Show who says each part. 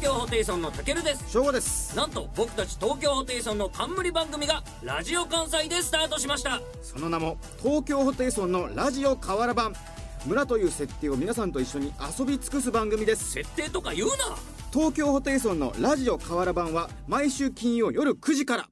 Speaker 1: 京ホテイソンのたけるです
Speaker 2: 正午です
Speaker 1: なんと僕たち東京ホテイソンの冠番組がラジオ関西でスタートしました
Speaker 2: その名も東京ホテイソンのラジオ河原版村という設定を皆さんと一緒に遊び尽くす番組です
Speaker 1: 設定とか言うな
Speaker 2: 東京ホテイソンのラジオ河原版は毎週金曜夜9時から